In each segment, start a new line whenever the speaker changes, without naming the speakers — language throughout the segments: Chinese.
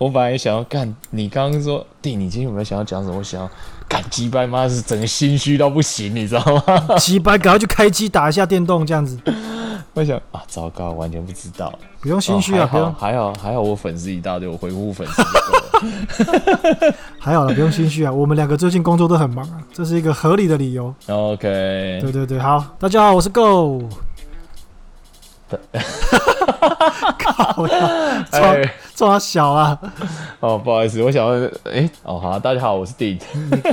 我本来想要干，你刚刚说弟，你今天有没有想要讲什么？我想要干鸡掰，妈是整个心虚到不行，你知道吗？
洗白赶快去开机打一下电动这样子，
我想 啊，糟糕，完全不知道。
不用心虚啊，
哦还好
不用
还好还好，我粉丝一大堆，我回复粉丝就够了。
还好了，不用心虚啊。我们两个最近工作都很忙啊，这是一个合理的理由。
OK，
对对对，好，大家好，我是 Go。靠呀，
哎
撞撞他小啊！
哦，不好意思，我想要，哎、哦，好，大家好，我是 d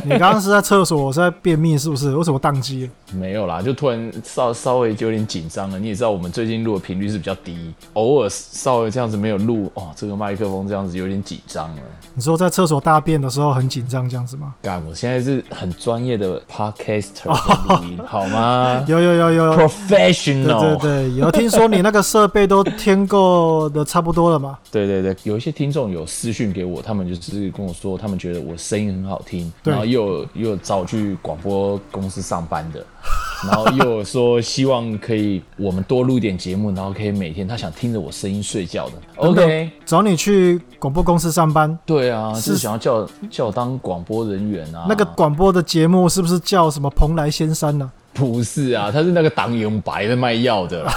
你刚刚是在厕所，我是在便秘，是不是？为什么宕机了？
没有啦，就突然稍稍微就有点紧张了。你也知道，我们最近录的频率是比较低，偶尔稍微这样子没有录，哦，这个麦克风这样子有点紧张了。
你说在厕所大便的时候很紧张这样子吗？
干，我现在是很专业的
哦
podcaster 在录音，好 吗
有有有有有，对对
？Professional，
对，有听说你那个设备都添购的差不多了嘛？
对对对，有一些听众有私讯给我，他们就是跟我说，他们觉得我声音很好听，
对
然后又有又有找我去广播公司上班的， 然后又有说希望可以我们多录一点节目，然后可以每天他想听着我声音睡觉的。OK，
找你去广播公司上班，
对啊，
是
是想要叫叫我当广播人员啊？
那个广播的节目是不是叫什么蓬莱仙山呢、
不是啊，他是那个党永白的卖药的啦，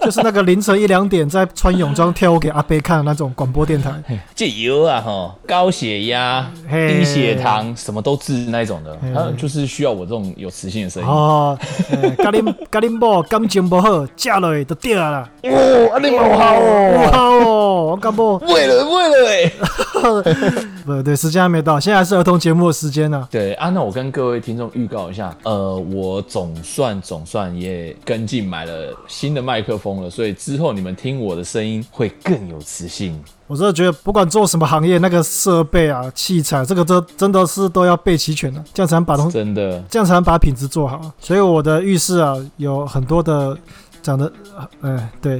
就是那个凌晨一两点在穿泳装跳舞给阿贝看的那种广播电台。
戒油啊哈，高血压、
嘿
低血糖什么都治那一种的，他就是需要我这种有磁性的声音。
哦，呃甲恁甲恁某感情不好，食落去就对啊啦。
哦，啊你蛮好哦，
哇哦，我感冒。
为了为了哎、
不对，时间还没到，现在还是儿童节目的时间呢、
对啊，那我跟各位听众预告一下，呃，我总算总算也跟进买了新的麦克风了，所以之后你们听我的声音会更有磁性。
我真的觉得，不管做什么行业，那个设备啊、器材，这个真真的是都要备齐全的、这样才能把东，
真的，
这样才能把品质做好、啊。所以我的浴室啊，有很多的长得，呃，对，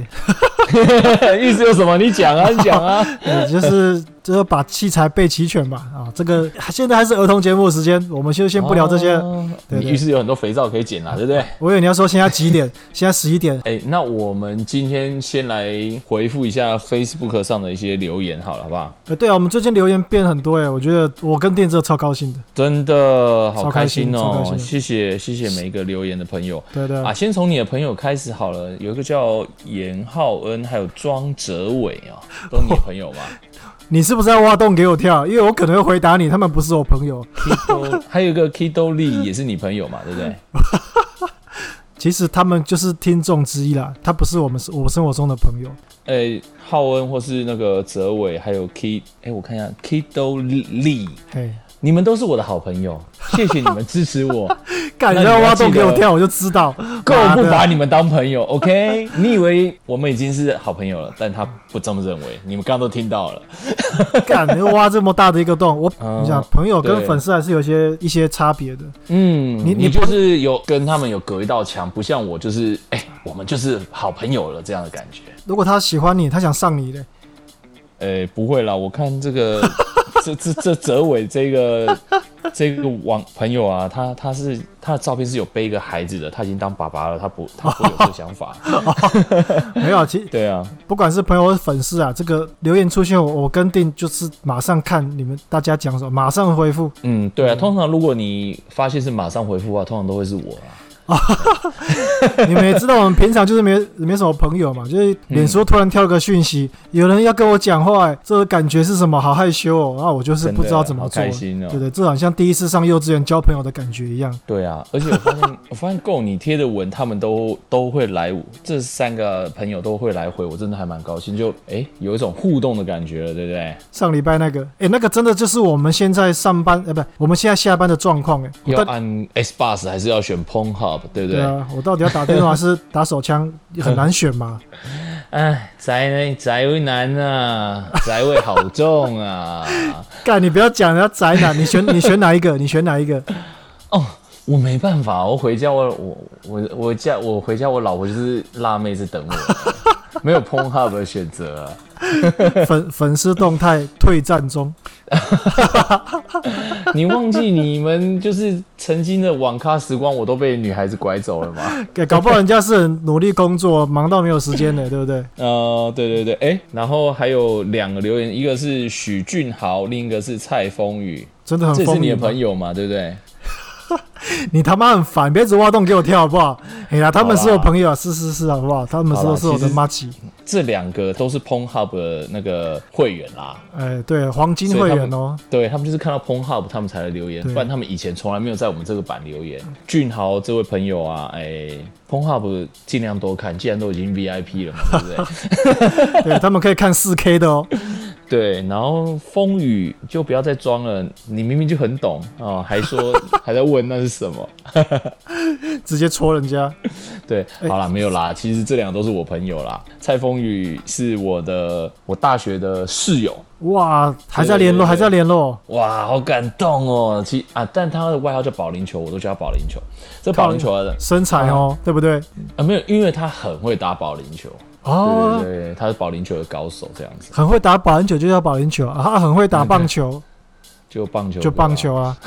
意思有什么？你讲啊，你讲啊。
呃就是就是把器材备齐全吧。啊，这个现在还是儿童节目的时间，我们就 先不聊这些。
哦
对对
你浴室有很多肥皂可以捡啦，对不对？
我以为你要说现在几点？现在十一点。
哎、那我们今天先来回复一下 Facebook 上的一些留言，好了，好不好？
呃，对啊，我们最近留言变很多哎，我觉得我跟店真的超高兴的。
真的好
超
开
开心
心哦、
超开心
谢谢谢谢每一个留言的朋友。
对对
啊，先从你的朋友开始好了，有一个叫严浩恩，还有庄哲伟啊，都是你的朋友 吗？
你是不是在挖洞给我跳？因为我可能会回答你，他们不是我朋友。
Kido，还有一个 Kido Lee 也是你朋友嘛，对不对？
其实他们就是听众之一啦，他不是我们我生活中的朋友。
哎、浩恩或是那个哲伟，还有 K，哎、我看一下 Kido Lee，
嘿，
你们都是我的好朋友，谢谢你们支持我，
干，
那
你
你
要
要
挖
记
洞给我
得
跳，我就知道。
够
妈
不
的
把你们当朋友，OK？你以 为我们已经是好朋友了，但他不这么认为，你们刚刚都听到了。
干，你挖这么大的一个洞，我
嗯
你想朋友跟
对
粉丝还是有些一些差别的。
嗯，
你
你
你不
就是有跟他们有隔一道墙，不像我就是哎、我们就是好朋友了这样的感觉。
如果他喜欢你，他想上 你嘞，
哎、不会啦，我看这 个这这这哲伟这个 这个网朋友啊，他他是他的照片是有背一个孩子的，他已经当爸爸了，他不他不会有这个想 法。
没有，其实
对啊，
不管是朋友或是粉丝啊，这个留言出现，我我跟定就是马上看你们大家讲什么，马上 回复。
嗯，对啊，通常如果你发现是马上回复的话，通常都会是我啊。
你们也知道，我们平常就是没没什么朋友嘛，
嗯
就是脸书突然跳个讯息，有人要跟我讲话、哎这个感觉是什么？好害羞哦，然后我就是不知道怎么做。
真的好开心哦
对对，这好像第一次上幼稚园交朋友的感觉一样。
对啊，而且我发现， 我发现 Go 你贴的文，他们都都会来，这三个朋友都会来回，我真的还蛮高兴，就哎有一种互动的感觉了，对不对？
上礼拜那个，哎，那个真的就是我们现在上班，呃，不，我们现在下班的状况，哎，我
要
到
按 S Bus 还是要选 Pong Hub，对不
对
对？
啊，我到底要打电话还是打手枪，很难选嘛。
哎，宅呢宅为难啊， 宅味好重啊！
干，你不要讲人家宅男，你选你选哪一个？你选哪一个？
哦，我没办法，我回家我我我我家我回家我老婆就是辣妹在等我， 没有 Pong Hub 的选择、啊。
粉粉丝动态退战中，
你忘记你们就是曾经的网咖时光，我都被女孩子拐走了吗？
搞搞不好人家是很努力工作，忙到没有时间的，对不对？
呃，对对对，哎、然后还有两个留言，一个是许俊豪，另一个是蔡风雨，
真的很
这
疯
是你
女
的朋友嘛，对不对？
你他妈很烦，别一直挖洞给我跳好不好？哎呀，他们是我朋友啊，是是是，好不好？他们
好啦
都是我
其
的
实
m a c h
这两个都是 Pornhub 的那个会员啦，
哎，对，黄金会员哦，
对他们就是看到 Pornhub 他们才来留言，
对
不然他们以前从来没有在我们这个版留言。俊豪这位朋友啊，哎、p o r n h u b 尽量多看，既然都已经 VIP 了嘛，对不对？
对他们可以看四 K 的哦。
对，然后风雨就不要再装了，你明明就很懂哦，还 说还在问那是什么？
直接戳人家。
对，
哎
好啦，没有啦，其实这两个都是我朋友啦。蔡风雨是我的我大学的室友，
哇，还在联
对对
络，
对
还在联络，哦
哇，好感动哦。其啊，但他的外号叫保龄球，我都叫他保龄球。这保龄球的
身材哦，对不对？
啊，没有，因为他很会打保龄球，对
哦，
对对，他是保龄球的高手，这样子。
很会打保龄球就叫保龄球啊，啊很会打棒球
就棒球，
就棒球。啊。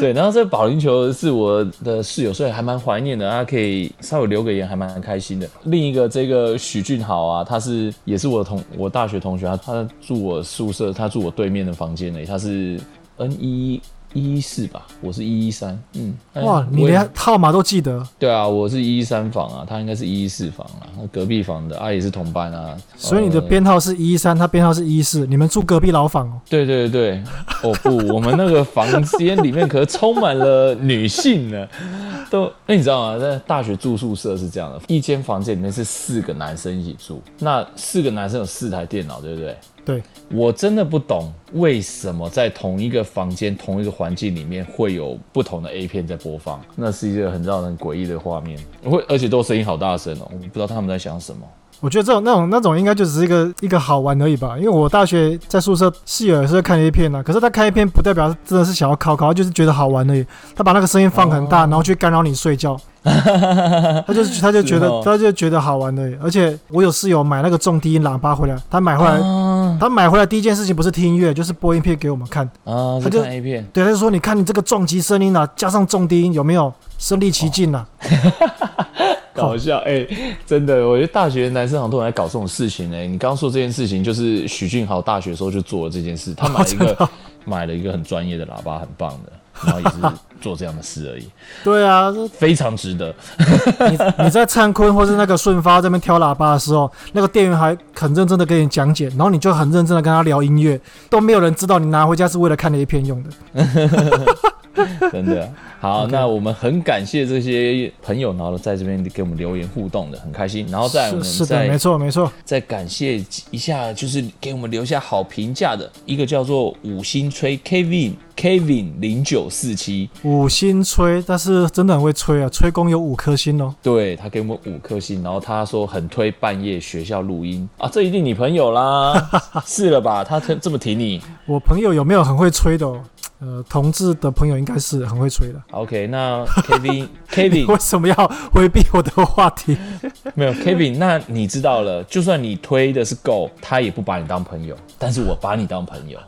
对，然后这保龄球是我的室友，所以还蛮怀念的。他可以稍微留个言，还蛮开心的。另一个这个许俊豪啊，他是也是我的同我大学同学，他他住我宿舍，他住我对面的房间里，他是 N 一一四吧，我是一一三，嗯，哎
哇，你
我也
连号码都记得，
对啊，我是一一三房啊，他应该是一一四房啊，那隔壁房的啊也是同班啊，
所以你的
呃
编号是一三，他编号是一四，你们住隔壁牢房哦。
对对对，哦不，我们那个房间里面可是充满了女性呢，都，那你知道吗？在大学住宿舍是这样的，一间房间里面是四个男生一起住，那四个男生有四台电脑，对不对？
对，
我真的不懂为什么在同一个房间、同一个环境里面会有不同的 A 片在播放，那是一个很让人诡异的画面，会而且都声音好大声哦，我不知道他们在想什么。
我觉得这种那种那种应该就只是一个一个好玩而已吧，因为我大学在宿舍室友也是会看 A 片啊，可是他看 A 片不代表真的是想要考考，他就是觉得好玩而已。他把那个声音放很大，
哦
然后去干扰你 睡觉，他就他就觉
是
得
哦
他就觉得好玩而已。而且我有室友买那个重低音喇叭回来，他买回来、
啊
他买回来第一件事情不是听音乐，就是播音片给我们看。
啊，
他
在
就
看 A 片。
对，他就说你看你这个撞击声音啊，加上重低音有没有身临其境啊？
搞笑哎、真的，我觉得大学男生好像都很爱搞这种事情哎、你刚刚说这件事情，就是许俊豪大学的时候就做了这件事，他买了
哦
一个、 买了一个很专业的喇叭，很棒的，然后也是做这样的事而已，
对啊，这
非常值得。
你在灿坤或是那个顺发这边挑喇叭的时候，那个店员还很认真的给你讲解，然后你就很认真的跟他聊音乐，都没有人知道你拿回家是为了看 A 片用的。
真的。好那我们很感谢这些朋友，然后在这边给我们留言互动的，很开心。然后再来我
是
们
是的，
再
没错没错。
再感谢一下，就是给我们留下好评价的一个叫做五星吹 Kevin Kevin 零九四七，
五星吹，但是真的很会吹啊，吹功有五颗星哦。
对他给我们五颗星，然后他说很推半夜学校录音啊，这一定你朋友 啦，是了吧？他这这么提你
我朋友有没有很会吹的、哦？呃，同志的朋友应该是很会吹的。
，OK？那 Kevin Kevin
为什么要回避我的话题？
没有 Kevin，那你知道了，就算你推的是够，他也不把你当朋友，但是我把你当朋 友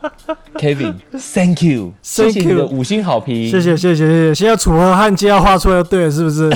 ，Kevin，Thank you，谢
Thank
谢你的
you
五星好评，
谢谢谢谢谢谢。现在楚河汉界要画出来，对了，是 不是？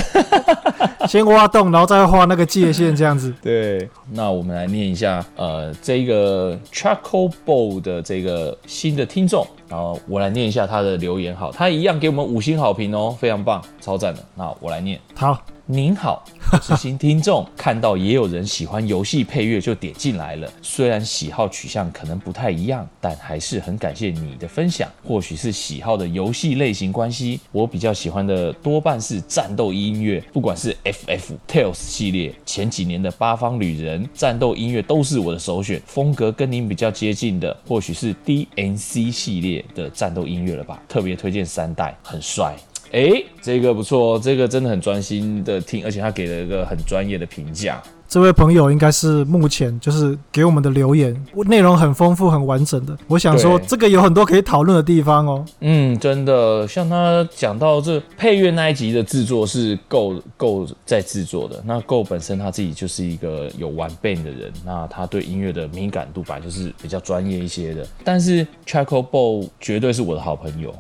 先挖洞，然后再画那个界限，这样子。
对，那我们来念一下，呃，这个 Charcoal Bowl 的这个新的听众，然后我来念一下他的留言，好，他一样给我们五星好评哦，非常棒，超赞的。那我来念，
好，
您好，我是新听众，看到也有人喜欢游戏配乐就点进来了。虽然喜好取向可能不太一样，但还是很感谢你的分享。或许是喜好的游戏类型关系，我比较喜欢的多半是战斗音乐，不管是 FF、Tales 系列，前几年的《八方旅人》战斗音乐都是我的首选。风格跟您比较接近的，或许是 DNC 系列的战斗音乐了吧。特别推荐三代，很帅。哎，这个不错哦，这个真的很专心的听，而且他给了一个很专业的评价。
这位朋友应该是目前就是给我们的留言，内容很丰富、很完整的。我想说，
对
这个有很多可以讨论的地方哦。
嗯，真的，像他讲到这配乐那一集的制作是 Go Go 在制作的，那 Go 本身他自己就是一个有玩 band 的人，那他对音乐的敏感度本来就是比较专业一些的。但是 Chaco Bow 绝对是我的好朋友，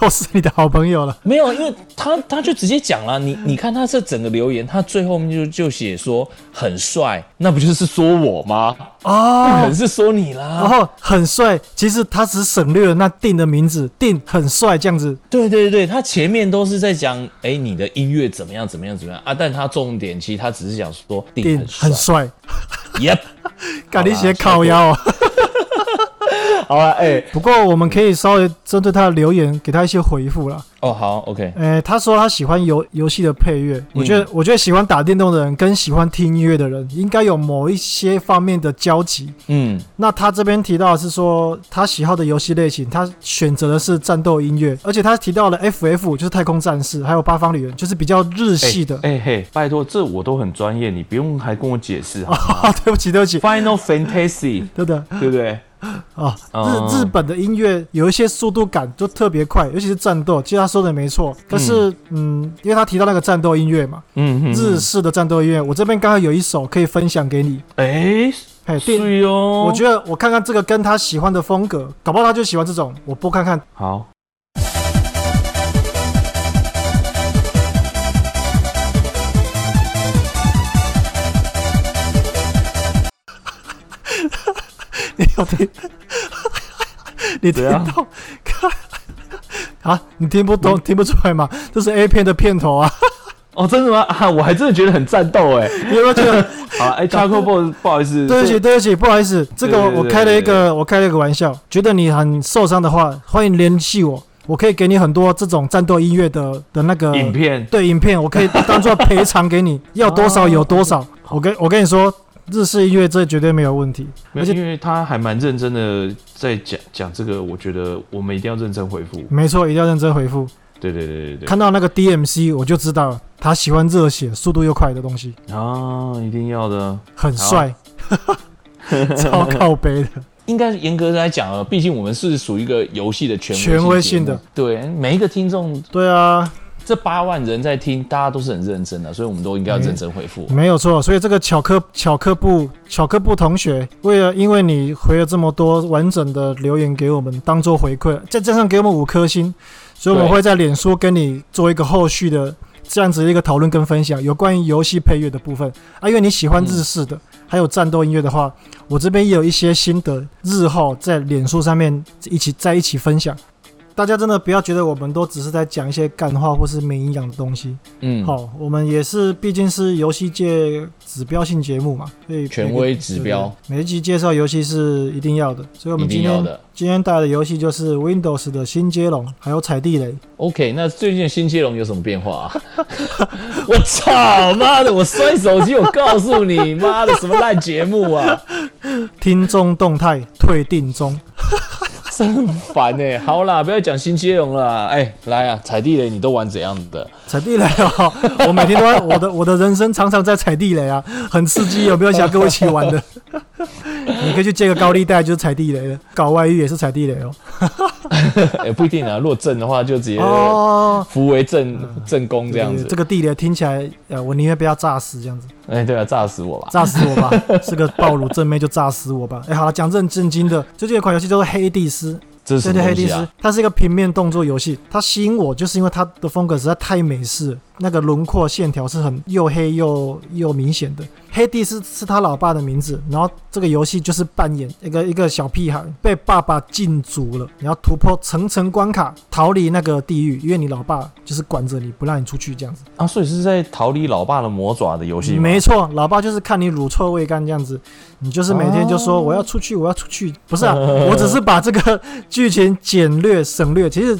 又是你的好朋友了，
没有，因为他他就直接讲了，你你看他这整个留言，他最后面就就写说很帅，那不就是说我吗？
哦。
可能是说你
然
啦。
后很帅，其实他只省略了那定的名字，定很帅这样子。
对对对，他前面都是在讲，哎，你的音乐怎么样怎么样怎么样啊？但他重点其实他只是想说定
定
很帅
很帅，
，Yep。
赶紧写
好啦
烤腰哦。
好了，哎，
不过我们可以稍微针对他的留言给他一些回复啦。
哦好，OK，
诶，他说他喜欢游游戏的配
嗯
乐，我觉得我觉得喜欢打电动的人跟喜欢听音乐的人应该有某一些方面的交集。
嗯
那他这边提到的是说他喜好的游戏类型，他选择的是战斗音乐，而且他提到了 FF 就是太空战士，还有八方旅人， 就是比较日系的。
哎嘿，拜托，这我都很专业，你不用还跟我解释。好吗
啊，对不起，对不起，
Final Fantasy，
对的
对不对？
啊，
哦
日日本的音乐有一些速度感就特别快，尤其是战斗，其实他说的没错。但是，嗯因为他提到那个战斗音乐嘛，
嗯哼，
日式的战斗音乐，我这边刚好有一首可以分享给你。
哎，
嘿，电，
对哦，
我觉得我看看这个跟他喜欢的风格，搞不好他就喜欢这种，我播看 看。
好。
你有听？ 你听
怎样
到？看 啊，你听不懂，听不出来吗？这是 A 片的片头啊！
哦，真的吗？ 啊，我还真的觉得很战斗哎。
你有没有觉得？
好，哎 c h a c o b o 不好意思，
对不起，
这，
对不起，不好意思，这个
对对
我
对
开了一
对
个我开了一个玩笑，觉得你很受伤的话，欢迎联系我，我可以给你很多这种战斗音乐的的那个
影，片
对影片，我可以当做赔偿给你，要多少有多少。我跟我跟你说，日式音乐这绝对没有问题，
没
而
有，
且
因为他还蛮认真的在讲讲这个，我觉得我们一定要认真回复。
没错，一定要认真回复。
对对对对对，
看到那个 DMC 我就知道了他喜欢热血、速度又快的东西，
啊，一定要的。
很帅， 超靠背的。
应该严格来讲啊，毕竟我们是属于一个游戏的权威
权威性
节目
的，
对每一个听众，
对啊，
这八万人在听，大家都是很认真的，所以我们都应该要认真回复。
没有错，所以这个巧克巧克布巧克布同学，为了因为你回了这么多完整的留言给我们，当做回馈，再加上给我们五颗星，所以我们
对
会在脸书跟你做一个后续的这样子的一个讨论跟分享，有关于游戏配乐的部分啊，因为你喜欢日式的，还有战斗音乐的话，我这边也有一些心得，日后在脸书上面一起在一起分享。大家真的不要觉得我们都只是在讲一些干话或是没营养的东西，
嗯，
好，我们也是，毕竟是游戏界指标性节目嘛，所以每个
权威指标，
对对对每一集介绍游戏是一定要的。所以我
一
们今
定要
天
的。
今天带来的游戏就是 Windows 的新接龙，还有踩地雷。
OK，那最近的新接龙有什么变化、啊？ 我操妈的！我摔手机，我告诉你，妈的什么烂节目啊，
听众动态退订中，
真烦哎、好啦，不要讲新接龙啦，哎、来啊，踩地雷你都玩怎样的？
踩地雷哦！ 我每天都在我的我的人生常常在踩地雷啊，很刺激。有没有想要跟我一起玩的？ 你可以去借个高利贷，就是踩地雷了。搞外遇也是踩地雷哦。
哎、不一定啊，如果正的话就直接
哦，
扶为正正宫这样
对对对这
子。
个地雷听起来，呃，我宁愿被他炸死这样子。
哎、对啊，炸死我吧！
炸死我吧！ 是个暴乳正妹就炸死我吧！哎、好了，讲正正经的，最近有一款游戏叫做《黑帝斯》，
这是什
对对，
么
黑
东
帝
西
斯
啊？，
它是一个平面动作游戏，它吸引我就是因为它的风格实在太美式了，那个轮廓线条是很又黑又又明显的。黑帝斯是他老爸的名字，然后这个游戏就是扮演一个一个小屁孩被爸爸禁足了，你要突破层层关卡逃离那个地狱，因为你老爸就是管着你不让你出去这样子。
啊，所以是在逃离老爸的魔爪的游戏吗
没错，老爸就是看你乳臭未干这样子，你就是每天就说
哦
我要出去，我要出去。不是啊，我只是把这个剧情简略省略。其实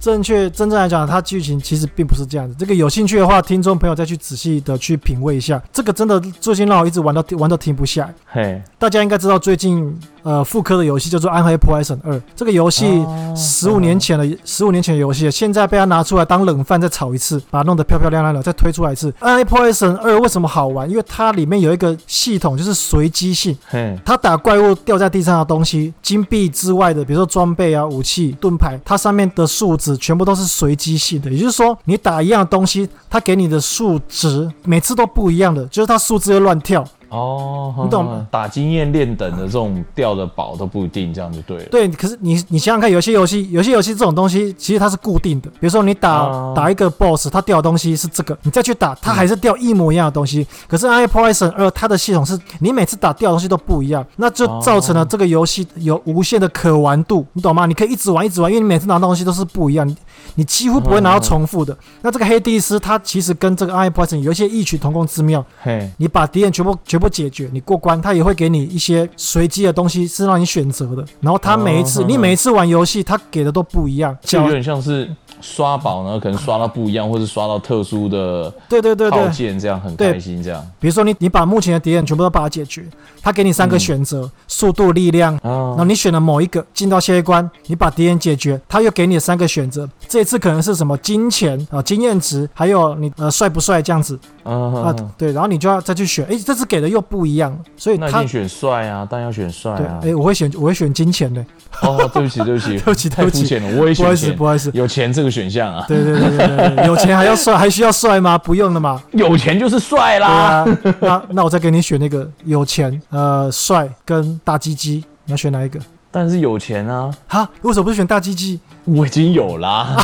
正确真正来讲，它剧情其实并不是这样子。这个有兴趣的话，听众朋友再去仔细的去品味一下。这个真的最近让我一直玩到玩到停不下来。
嘿，
大家应该知道，最近呃复刻的游戏叫做《暗黑破坏神二》。这个游戏
哦
十五年前的十五年前的游戏，现在被他拿出来当冷饭再炒一次，把它弄得漂漂亮亮的，再推出来一次。《暗黑破坏神二》为什么好玩？因为它里面有一个系统，就是随机性。
嘿，
它打怪物掉在地上的东西，金币之外的，比如说装备啊、武器、盾牌，它上面的数值全部都是随机性的。也就是说，你打一样东西，它给你的数值每次都不一样的，就是它数字会乱跳。
哦，
你懂
哼
吗？
打经验练等的这种掉的宝都不一定，这样就对了。
对，可是你你想想看，有些游戏，有些游戏这种东西其实它是固定的。比如说你打、
哦
打一个 boss，它掉的东西是这个，你再去打，它还是掉一模一样的东西。可是《i Poison 二》它的系统是你每次打掉的东西都不一样，那就造成了
哦
这个游戏有无限的可玩度，你懂吗？你可以一直玩一直玩，因为你每次拿到东西都是不一样，你你几乎不会拿
嗯
到
嗯嗯
重复的。那这个黑帝斯它其实跟这个《i Poison》有一些异曲同工之妙，
嘿，
你把敌人全部全部解决，你过关，他也会给你一些随机的东西是让你选择的。然后他每一次，
哦
你每一次玩游戏，他给的都不一样。
就
角
有点像是刷宝呢，可能刷到不一样，或是刷到特殊的
对对对
套
对，
件，这样很
对
开心，这样。
比如说你你把目前的敌人全部都把它解决，他给你三个
嗯
选择：速度、力量。然后
啊，
你选了某一个进到下一关，你把敌人解决，他又给你三个选择，这一次可能是什么金钱啊、呃经验值，还有你呃帅不帅这样子啊、
啊，
对，然后你就要再去选，诶，这次给的又不一样，所以
那一
他
定选帅啊，当然要选帅
对，
啊。
诶，我会选我会选金钱的，
哦，对不起，对不起，
对不起
太
对不起
肤浅了，我也
不好
选
意思
钱
不，好意思，
有钱这个选项啊，
对对对对对对，有钱还要帅，还需要帅吗？不用了嘛。
有钱就是帅
对
啦。
啊，那那我再给你选那个有钱、呃帅跟大鸡鸡，你要选哪一个？
但是有钱啊，
哈，为什么不是选大鸡鸡？
我已经有啦。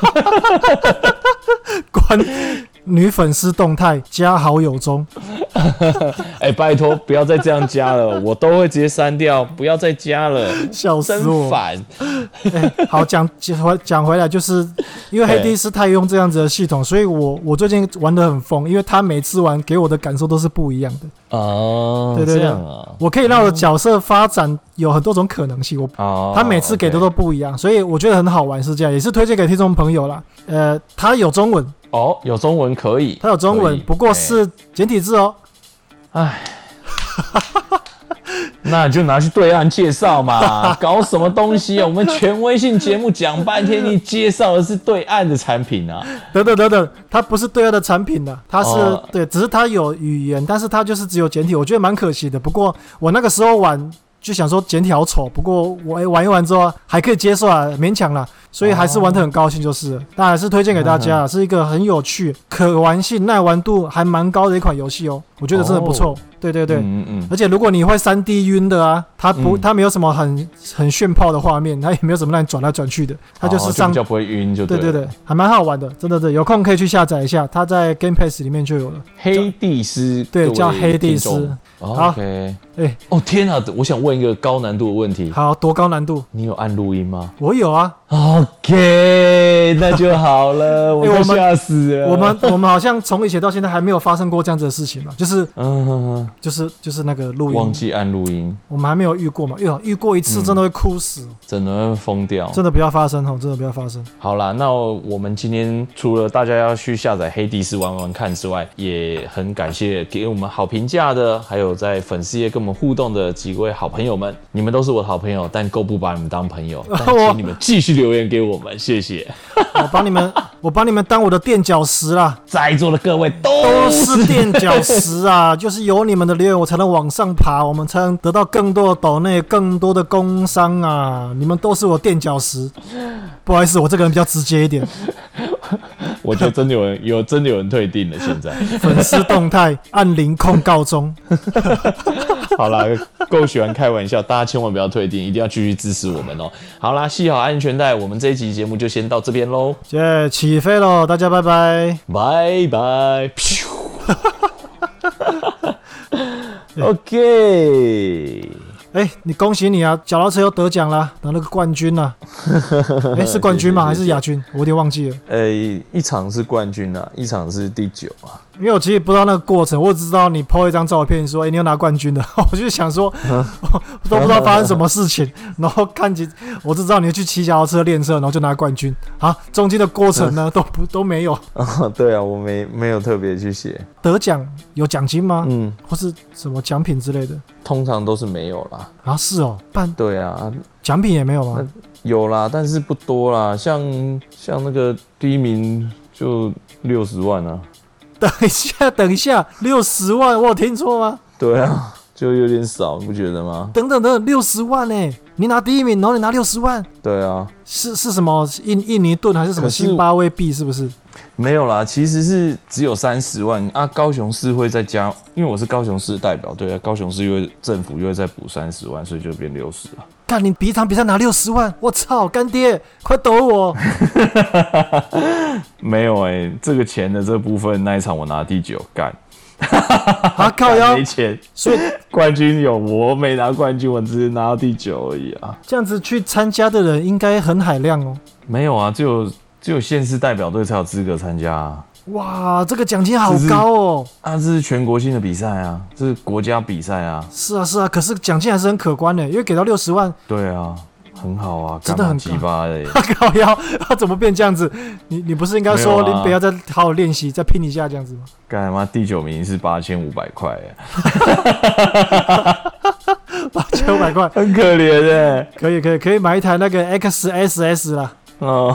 关女粉丝动态加好友中，
哎、拜托，不要再这样加 了，我都会直接删掉，不要再加了，
笑死
真
我！
烦。
好，讲讲回讲回来，就是因为黑帝斯他也用这样子的系统，所以我我最近玩的很疯，因为他每次玩给我的感受都是不一样的。
哦，
对对对
这样啊，
我可以让我的角色发展有很多种可能性，我
哦，
他每次给的都
OK
不一样，所以我觉得很好玩，是这样，也是推荐给听众朋友啦。呃，它有中文，
哦，有中文可以，
它有中
可
文
以，
不过是简体字哦。
哎，哎那你就拿去对岸介绍 嘛，搞什么东西啊？我们权威性节目讲半天，你介绍的是对岸的产品啊，
等等等等，它不是对外的产品的，它是、
哦
对，只是它有语言，但是它就是只有简体，我觉得蛮可惜的。不过我那个时候玩就想说简体好丑，不过我哎玩一玩之后还可以接受啊，勉强啦，所以还是玩得很高兴就是
哦
了。当然是推荐给大
嗯
家啦，啊是一个很有趣、可玩性、耐玩度还蛮高的一款游戏哦，我觉得真的不错。
哦
对 对对。
嗯嗯嗯，
而且如果你会三 D 晕的啊，它不，
嗯
它没有什么很很炫炮的画面，它也没有什么让你转来转去的，它就是
哦
上，
比较不会晕就
对
对
对对，还蛮好玩的，真的对，有空可以去下载一下，它在 Game Pass 里面就有了。
黑帝斯，
对
各位
叫黑帝斯
听众。
好
OK，
哎，
哦天啊，我想问一个高难度的问题，
好多高难度？
你有按录音吗
我有啊，
？OK，那就好 了，我
哎我
都
们
吓死了。
我们我们好像从以前到现在还没有发生过这样子的事情嘛，就是
嗯哼
就是就是那个录
哼，忘
音，
记按录音，
我们还没有遇过嘛，遇遇过一次真的会哭死，
真的会疯掉。
真的不要发生哦，真的不要发生。
好啦，那我们今天除了大家要去下载黑帝斯玩玩看之外，也很感谢给我们好评价的，还有在粉丝页跟我们互动的几位好朋友们，你们都是我的好朋友，但够不把你们当朋 友，但请你们继续留言给我们，谢谢。
我把你们 我把你们当我的垫脚石啦。
在座的各位
都
都是
是垫脚石啊！就是有你们的留言，我才能往上爬，我们才能得到更多的岛内、更多的工商啊！你们都是我垫脚石。不好意思，我这个人比较直接一点。
我觉得真的有人有真的有人退订了，现在。
粉丝动态按零控告终。
好啦，够喜欢开玩笑，大家千万不要退订，一定要继续支持我们哦。好啦，系好安全带，我们这一集节目就先到这边喽，
耶，起飞喽！大家拜拜。
拜拜。噗 OK，
哎、你恭喜你啊！脚踏车又得奖啦，拿了个冠军啦。哎、是冠军吗？还是亚军？我有点忘记了。
呃，一场是冠军啊，一场是第九啊。
因为我其实不知道那个过程，我只知道你 PO 一张照片说，哎、你又拿冠军的， 我就 想说，我都不知道发生什么事情，然后看起我只知道你去骑脚踏车练车，然后就拿冠军啊，中间的过程
嗯
呢都不都没有
哦，对啊，我没没有特别去写，
得奖有奖金吗？
嗯，
或是什么奖品之类的
通常都是没有啦。
啊？是哦，办
对啊，
奖品也没有吗？
嗯有啦，但是不多啦，像像那个第一名就六十万啊，
等一下，等一下，六十万，我有听错吗？
对啊， 就有点少，你不觉得吗？
等等等等，六十万呢、欸你拿第一名，然后你拿六十万，
对啊，
是是什么印印尼盾还是什么
可是
津巴威币？是不是？
没有啦，其实是只有三十万啊。高雄市会再加，因为我是高雄市的代表，对啊，高雄市因为政府又会再补三十万，所以就变六十啊了。
干你比一场比赛拿六十万，我操，干爹，快抖 我！
没有哎、这个钱的这部分那一场我拿第九，干
啊靠腰
没，钱，
所以
冠军有我没拿冠军，我只是拿到第九而已啊。
这样子去参加的人应该很海量哦。
没有啊，只有只有县市代表队才有资格参加啊。
哇，这个奖金好
是是
高哦！
啊，这是全国性的比赛啊，这是国家比赛啊，
是啊，是啊，可是奖金还是很可观的，因为给到六十万，
对啊，很好啊，
真的很
鸡 巴的、
他靠腰，他怎么变这样子？你你不是应该说
没有啊
林北要再好好练习，再拼一下这样 子吗？
干他妈第九名是八千五百块啊耶，
八千五百块，
很可怜哎、
可以可以可以买一台那个 XSS 啦。
哦，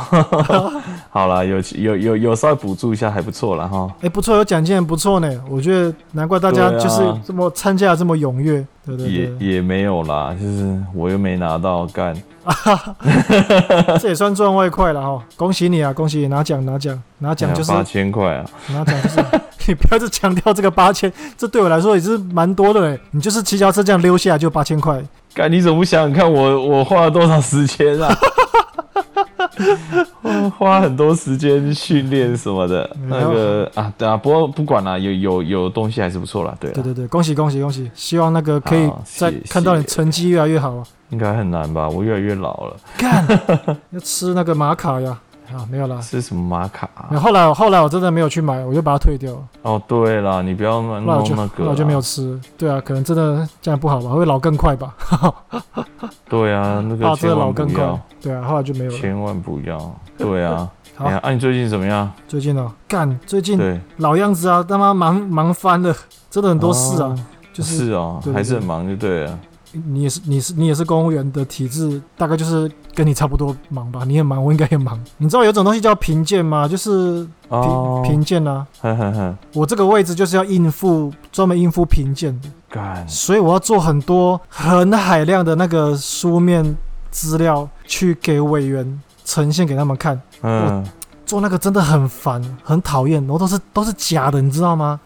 好啦，有有有有稍微补助一下，还不错啦哈。
哎、不错，有奖金很不错呢。我觉得难怪大家
对啊
就是这么参加得这么踊跃，对对
也
对，
也没有啦，就是我又没拿到干，
这也算赚外快了哈。恭喜你啊，恭喜你拿奖拿奖拿奖就是
哎八千块啊，
拿奖就是， 你不要再强调这个八千，这对我来说也是蛮多的嘞。你就是骑脚车这样溜下来就八千块，
干你怎么不想想看我我花了多少时间 啊？我花很多时间训练什么的，
没有
那个啊，对啊，不过不管啦，有有有东西还是不错啦，对啊
对
啦，
对对，恭喜恭喜恭喜！希望那个可以
好谢
再看到你
谢
成绩越来越好啊。
应该很难吧？我越来越老了，
干，要吃那个玛卡呀？啊，没有啦。
是什么玛卡啊、
后来后来我真的没有去买，我就把它退掉了。
哦，对啦，你不要乱
后来我
弄
就
那
后
个啊
来
啦，
我就没有吃。对啊，可能真的这样不好吧，会老更快吧。
对啊，那个
啊，这个
千
老
万
更
不要
快。。对啊，后来就没有了。
千万不要。对啊，
好
哎呀，啊，你最近怎么样？
最近哦，干，最近
对，
老样子啊，他妈忙忙翻了，真的很多事啊。就是
是哦
对对，对
还是很忙就对了。
你也是你是你也是公务员的体制，大概就是跟你差不多忙吧。你也忙，我应该也忙。你知道有种东西叫评鉴吗？就是评
哦，
评鉴啊。
哼哼哼，
我这个位置就是要应付专门应付评鉴的，
干，
所以我要做很多很海量的那个书面资料去给委员呈现给他们看。
嗯，
做那个真的很烦，很讨厌，然后都是都是假的，你知道吗？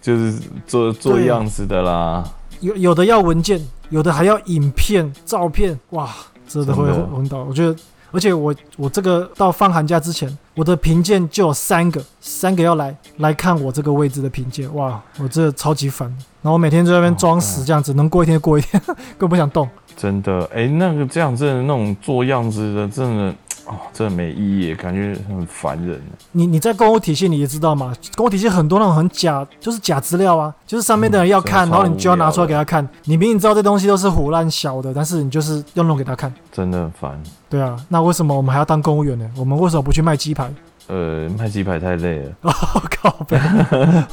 就是做做
对啊
样子的啦。
有有的要文件，有的还要影片、照片，哇，真的会
真的哦
昏倒。我觉得，而且我我这个到放寒假之前，我的评鉴就有三个，三个要来来看我这个位置的评鉴，哇，我真的超级烦。然后我每天在那
哦
边装
啊
死这样子，能过一天过一天， 根本不想动。
真的，哎、那个这样真的那种做样子的，真的，哦，真的没意义，感觉很烦人。
你你在公务体系你也知道嘛，公务体系很多那种很假，就是假资料啊，就是上面的人要看，
嗯
然后你就要拿出
超无
来
聊的
给他看。你明明知道这东西都是胡乱小的，但是你就是要弄给他看。
真的很烦。
对啊，那为什么我们还要当公务员呢？我们为什么不去卖鸡排？
呃，卖鸡排太累了。
我靠北！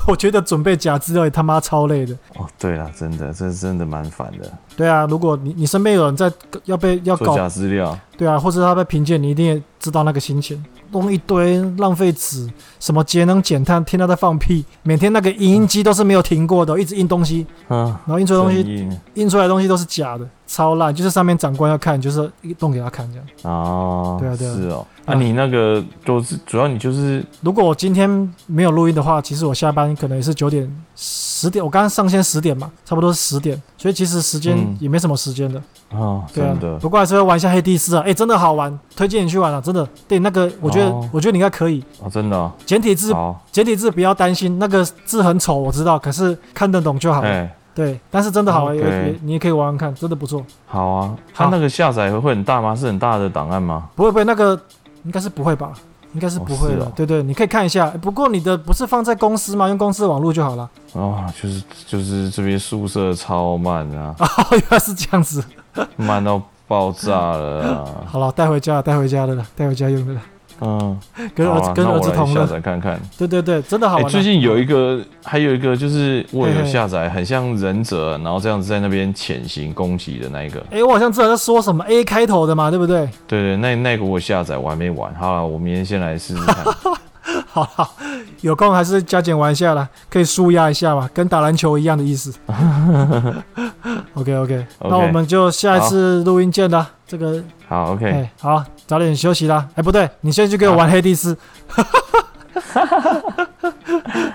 我觉得准备假资料也他妈超累的。
哦，对啦，真的，这真的蛮烦的。
对啊，如果你你身边有人在要被要
做
搞，
假资料，
对啊，或者他被评鉴，你一定也知道那个心情，弄一堆浪费纸，什么节能减碳，听他在放屁，每天那个影音机都是没有停过的，一直印东西，
啊，
然后印出来的嗯东
生
西
硬
印出来的东西都是假的，超烂，就是上面长官要看，就是一动给他看这样。
哦，
对啊对啊
是哦，
啊
啊，你那个就是主要你就是
如果我今天没有录音的话，其实我下班可能也是九点、十点，我刚刚上线十点嘛，差不多是十点，所以其实时间
嗯
也没什么时间的，
哦，
对啊
真的。。
不过还是会玩一下黑帝斯啊，哎，真的好玩，推荐你去玩啊，真的。对，那个我觉得，
哦
我觉得你应该可以，
哦，真的、哦，
简体字，
好，
简体字不要担心，那个字很丑，我知道，可是看得懂就好了。
哎，
对，但是真的好玩，也
OK
也你也可以玩玩看，真的不错。
好啊，
好
它那个下载会很大吗？是很大的档案吗？
不会不会，那个应该是不会吧？应该是不会
哦是
的。
哦
对对，你可以看一下。哎不过你的不是放在公司吗？用公司网络就好了。
啊，就是就是这边宿舍超慢啊，
哦，原来是这样子。
慢到爆炸了 啊！
好了，带回家了，带回家的了，带回家用的了，
嗯，
跟
好
儿子、
啊
跟
那
儿
我
子
来
同
下
乐。
载看看。
对对对，真的好
哎、
玩啊、
最近有一个，还有一个就是我
嘿
有
嘿
下载，很像忍者，然后这样子在那边潜行攻击的那一个。
哎、我好像知道在说什么 A 开头的嘛，对不对？
对对，那那个我下载，我还没玩。好了，我明天先来试试看。
好了，有空还是加减玩一下啦，可以舒压一下嘛，跟打篮球一样的 意思。OK OK，那我们就下一次录音见啦。这个
好
哎、
，OK，
好，早点休息啦。哎、不对，你先去给我玩黑帝斯。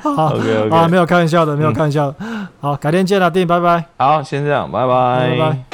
好
OK，OK 嗯
啊，没有开玩笑的，没有开玩笑的。好，改天见啦，电影，拜拜。
好，先这样，拜
拜拜